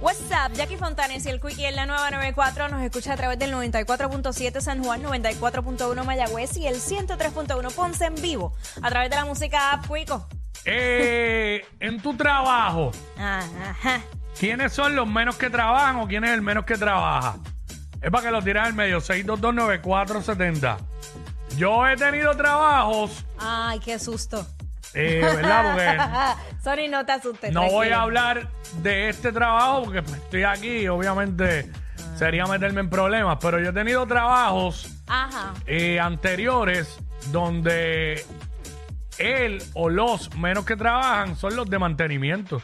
What's up, Jackie Fontanes y el Quickie en la nueva 94 nos escucha a través del 94.7 San Juan, 94.1 Mayagüez y el 103.1 Ponce en vivo a través de la música App Quico. Eh, en tu trabajo, Ajá. ¿quiénes son los menos que trabajan o quién es el menos que trabaja? Es para que lo tiras al medio, 6229470. Yo he tenido trabajos, Ay, qué susto. eh, ¿verdad? Sony, no te asustes. Porque no voy tranquilo. a hablar de este trabajo porque pues, estoy aquí y obviamente sería meterme en problemas, pero yo he tenido trabajos Ajá. eh, anteriores donde él o los menos que trabajan son los de mantenimiento.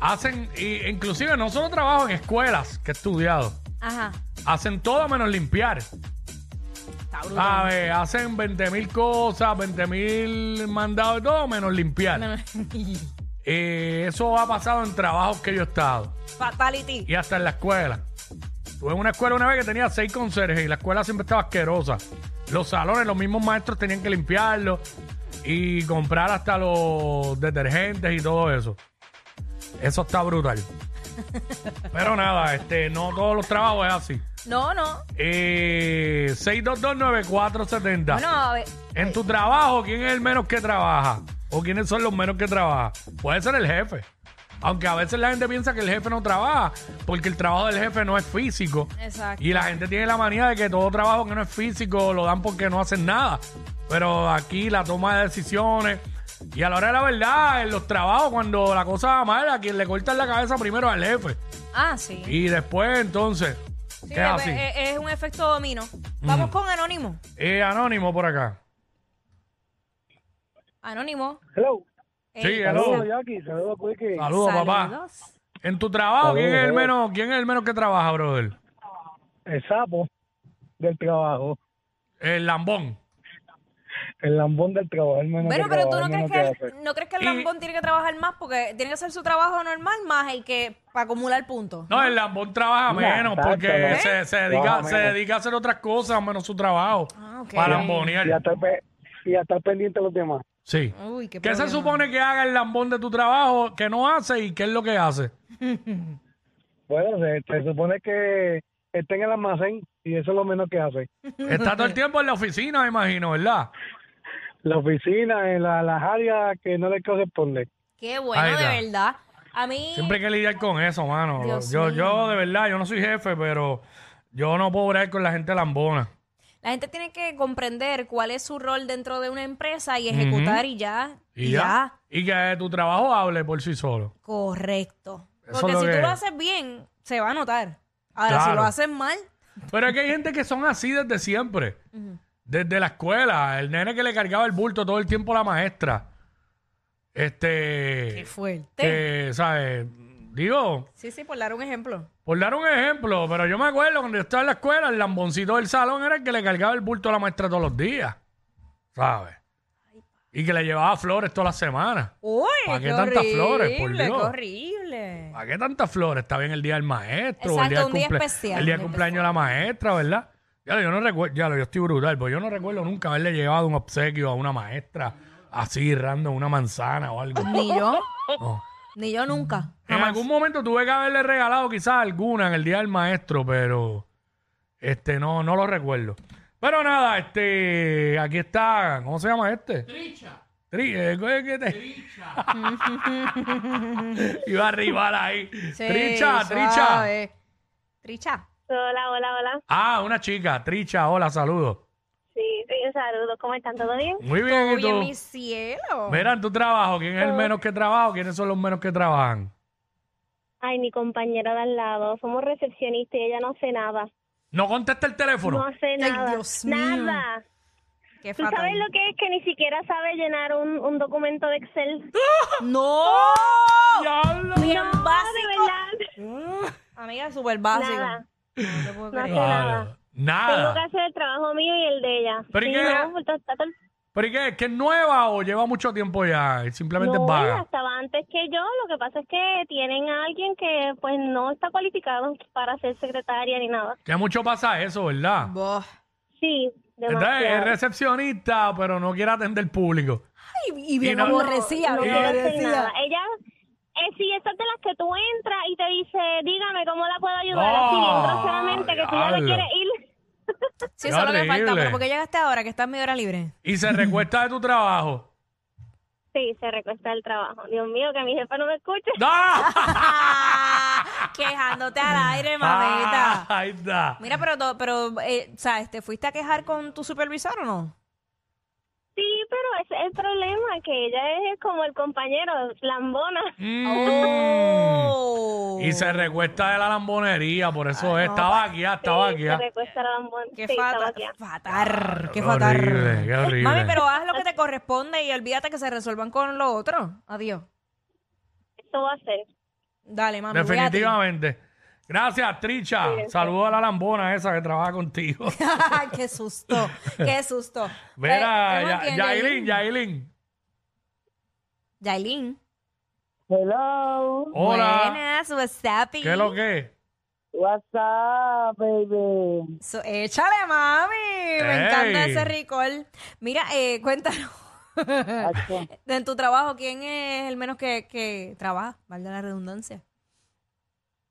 Hacen, y- inclusive no solo trabajo en escuelas que he estudiado, Ajá. hacen todo menos limpiar. Está brutal. ¿Sabes? Hacen 20 mil cosas, 20 mil mandados y todo menos limpiar. Eh, eso ha pasado en trabajos que yo he estado Fatality. y hasta en la escuela. Tuve una escuela una vez que tenía seis conserjes y la escuela siempre estaba asquerosa. Los salones, los mismos maestros tenían que limpiarlos y comprar hasta los detergentes y todo eso. Eso está brutal. Pero nada, este, no todos los trabajos es así. No, no. Eh, 6229470. Bueno, a ver. en tu trabajo, ¿quién es el menos que trabaja? ¿O quiénes son los menos que trabajan? Puede ser el jefe. Aunque a veces la gente piensa que el jefe no trabaja, porque el trabajo del jefe no es físico. Exacto. Y la gente tiene la manía de que todo trabajo que no es físico lo dan porque no hacen nada. Pero aquí la toma de decisiones. Y a la hora de la verdad, en los trabajos, cuando la cosa va mal, a quien le cortan la cabeza primero es al jefe. Ah, sí. Y después, entonces, Sí, eh, ¿qué es es, así? es- es un efecto dominó. Mm. Vamos con Anónimo. Eh, anónimo por acá. Anónimo. Hello. Sí, Ey, hello. Saludos, Jackie. Saludos, Quickie. Saludos, papá. saludos. En tu trabajo, ¿quién Saludos, es el brother. menos, quién es el menos que trabaja, brother? El sapo del trabajo. El lambón. El lambón del trabajo. el menos Bueno, que pero tú no trabaja, el crees, menos que hace. el, no crees que el Y- lambón tiene que trabajar más porque tiene que hacer su trabajo normal más el que para acumular puntos. No, el lambón trabaja No, menos exacto, porque ¿no? se, se dedica, Trabaja se menos. dedica a hacer otras cosas menos su trabajo. Ah, ok. Para lambonear. Y a estar pe- y a estar pendiente de los demás. Sí. Uy, qué ¿Qué se problema. supone que haga el lambón de tu trabajo que no hace y qué es lo que hace? Bueno, se, se supone que esté en el almacén y eso es lo menos que hace. Está todo el tiempo en la oficina, me imagino, ¿verdad? La oficina, en la- las áreas que no le corresponde. Qué bueno, Ahí de está. verdad. A mí Siempre hay que lidiar con eso, mano. Dios yo, mío. yo, de verdad, yo no soy jefe, pero yo no puedo bregar con la gente lambona. la gente tiene que comprender cuál es su rol dentro de una empresa y ejecutar y ya. Y ya. Y que tu trabajo hable por sí solo. Correcto. Eso Porque es lo si que tú lo es. haces bien, se va a notar. Ahora, si Claro. lo haces mal, Pero es que hay gente que son así desde siempre. Desde la escuela. El nene que le cargaba el bulto todo el tiempo a la maestra. Este. qué fuerte. que, ¿sabes? Digo, Sí, sí, por dar un ejemplo. por dar un ejemplo, pero yo me acuerdo cuando yo estaba en la escuela, el lamboncito del salón era el que le cargaba el bulto a la maestra todos los días. ¿Sabes? Y que le llevaba flores todas las semanas. Uy, ¿Para qué qué tantas flores, por horrible, Dios? qué horrible. ¿Para qué tantas flores? Está bien el día del maestro, Exacto, el día, del un día cumple- especial, el día un de día cumpleaños de la maestra, ¿verdad? Ya lo, yo no recuerdo, ya lo, yo estoy brutal, porque yo no recuerdo nunca haberle llevado un obsequio a una maestra así, random, una manzana o algo. Ni yo, No. ni yo nunca. En algún momento tuve que haberle regalado quizás alguna en el día del maestro, pero este no, no lo recuerdo. Pero nada, este, aquí está, ¿cómo se llama este? eh, Tricha. Iba a arribar ahí. Sí, tricha, tricha. suave. Tricha. Hola, hola, hola. Ah, una chica, Tricha, hola, saludos. Sí, sí, saludos. ¿Cómo están? ¿Todo bien? Muy bien, ¿y Oye, mi tú? cielo. Mira, en tu trabajo, ¿quién es el menos que trabaja? o ¿Quiénes son los menos que trabajan? Ay, mi compañera de al lado. Somos recepcionistas y ella no hace nada. No contesta el teléfono. No hace nada. Dios mío. nada. Qué ¿Tú fatal. sabes lo que es que ni siquiera sabe llenar un, un documento de Excel? ¡No! ¡Oh! Diablo. Bien de básico. verdad. Amiga, súper básico. Nada. No te puedo No creer. hace nada. Ah. Tengo que Nada. hacer el trabajo mío y el de ella. ¿Pero y Sí, qué? no, pues, está- está- ¿Pero y qué? ¿Es que es nueva o lleva mucho tiempo ya? Y simplemente no, es ella vaga. estaba antes que yo. Lo que pasa es que tienen a alguien que pues no está cualificado para ser secretaria ni nada. Que mucho pasa eso, ¿verdad? Boh. Sí, Entonces, es demasiado. recepcionista, pero no quiere atender público. Ay, y bien no- aborrecida. no y bien quiero hacer aborrecida. nada. Ella, Eh, sí, esas de las que tú entras y te dice, dígame cómo la puedo ayudar, así bien Ah, groseramente, que tú no le diablo. quieres ir. Sí, Qué eso es lo que horrible. falta. Pero porque llegaste ahora, que estás en mi hora libre. Y se recuesta de tu trabajo. Sí, se recuesta el trabajo. Dios mío, que mi jefa no me escuche. ¡No! Ah, Quejándote al aire, Ah, mamita. ahí está. Mira, pero, to- pero eh, ¿sabes? ¿Te fuiste a quejar con tu supervisor o no? Sí, pero ese es el problema, que ella es como el compañero, lambona. Mm. Oh. Y se recuesta de la lambonería, por eso es. Estaba aquí, ah, estaba Sí, aquí. se recuesta la lambona. Qué sí, fatal, estaba aquí. fatal, qué Qué fatal. Eh, horrible, qué horrible. Mami, pero haz lo que te corresponde y olvídate que se resuelvan con lo otro. Adiós. Eso va a ser. Dale, mami. voy a ti. Definitivamente. Gracias, Tricha. Saludos a la lambona esa que trabaja contigo. Ay, qué susto, qué susto. Mira, Eh, ¿cómo Ya- quién? Yailin, Yailin. Yailin. Hello. Hola. Buenas, what's up? ¿Qué es lo que es? What's up, baby? So- échale, mami. Me encanta Ey. ese recall. Mira, eh, cuéntanos. Eh. Acho. en tu trabajo, ¿quién es el menos que, que trabaja? Valga la redundancia.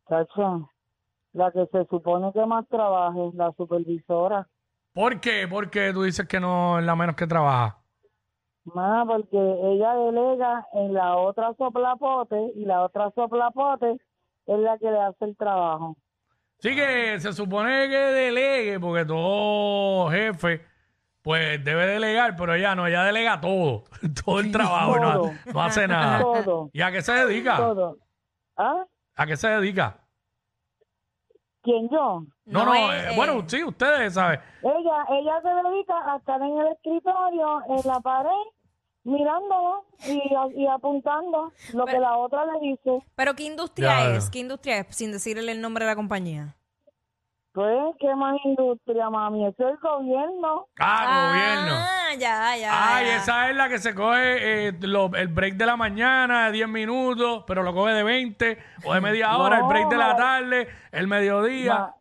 Chacho, la que se supone que más trabaje, la supervisora. ¿Por qué? Porque tú dices que no es la menos que trabaja. Más porque ella delega en la otra soplapote y la otra soplapote es la que le hace el trabajo. Así Ah. que se supone que delegue, porque todo jefe, pues debe delegar, pero ella no, ella delega todo, todo el trabajo, y no, todo. no hace nada. Todo, ¿Y a qué se dedica? todo. ¿Ah? ¿A qué se dedica? ¿Quién yo? No, no, es, eh, eh, bueno, sí, ustedes saben. Ella, ella se dedica a estar en el escritorio, en la pared, mirándolo y, y apuntando lo que la otra le dice. Pero ¿qué industria Ya. es? ¿Qué industria es? Sin decirle el nombre de la compañía. Pues, ¿qué más industria, mami? Eso es el gobierno. Ah, gobierno. Ah, ya, ya. Ay, ya. esa es la que se coge eh, lo- el break de la mañana de 10 minutos, pero lo coge de 20 o de media hora, el break de la No. tarde, el mediodía. Ma-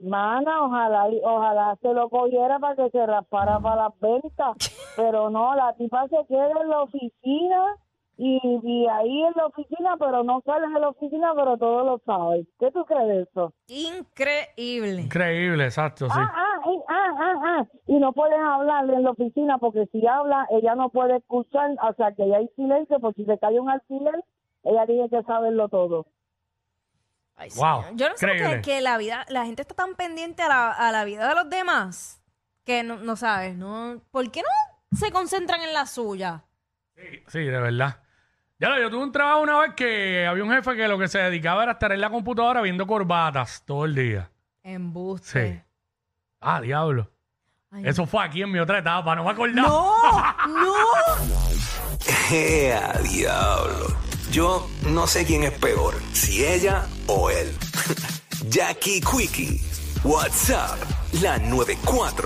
Mana, ojalá, y- ojalá se lo cogiera para que se raspara para las ventas, pero no, la tipa se queda en la oficina y, y ahí en la oficina, pero no sale de la oficina, pero todos lo saben. ¿Qué tú crees de eso? Increíble. Increíble, exacto, sí. Ah, ah, y- ah, ah, ah, y no puedes hablar en la oficina porque si habla, ella no puede escuchar, o sea que ya hay silencio, por si se cae un alfiler, ella tiene que saberlo todo. Ay, Wow, señor. Yo no sé por qué increíble. que la vida, la gente está tan pendiente a la, a la vida de los demás que no, no sabes, ¿no? ¿Por qué no se concentran en la suya? Sí, de verdad. Ya lo, yo tuve un trabajo una vez que había un jefe que lo que se dedicaba era estar en la computadora viendo corbatas todo el día. Embuste. Sí. Ah, diablo. Ay, Eso fue aquí en mi otra etapa, no me acordaba. ¡No! ¡No! ¡Ea, diablo! Yo no sé quién es peor, si ella o él. Jackie Quickie, WhatsApp, la 94.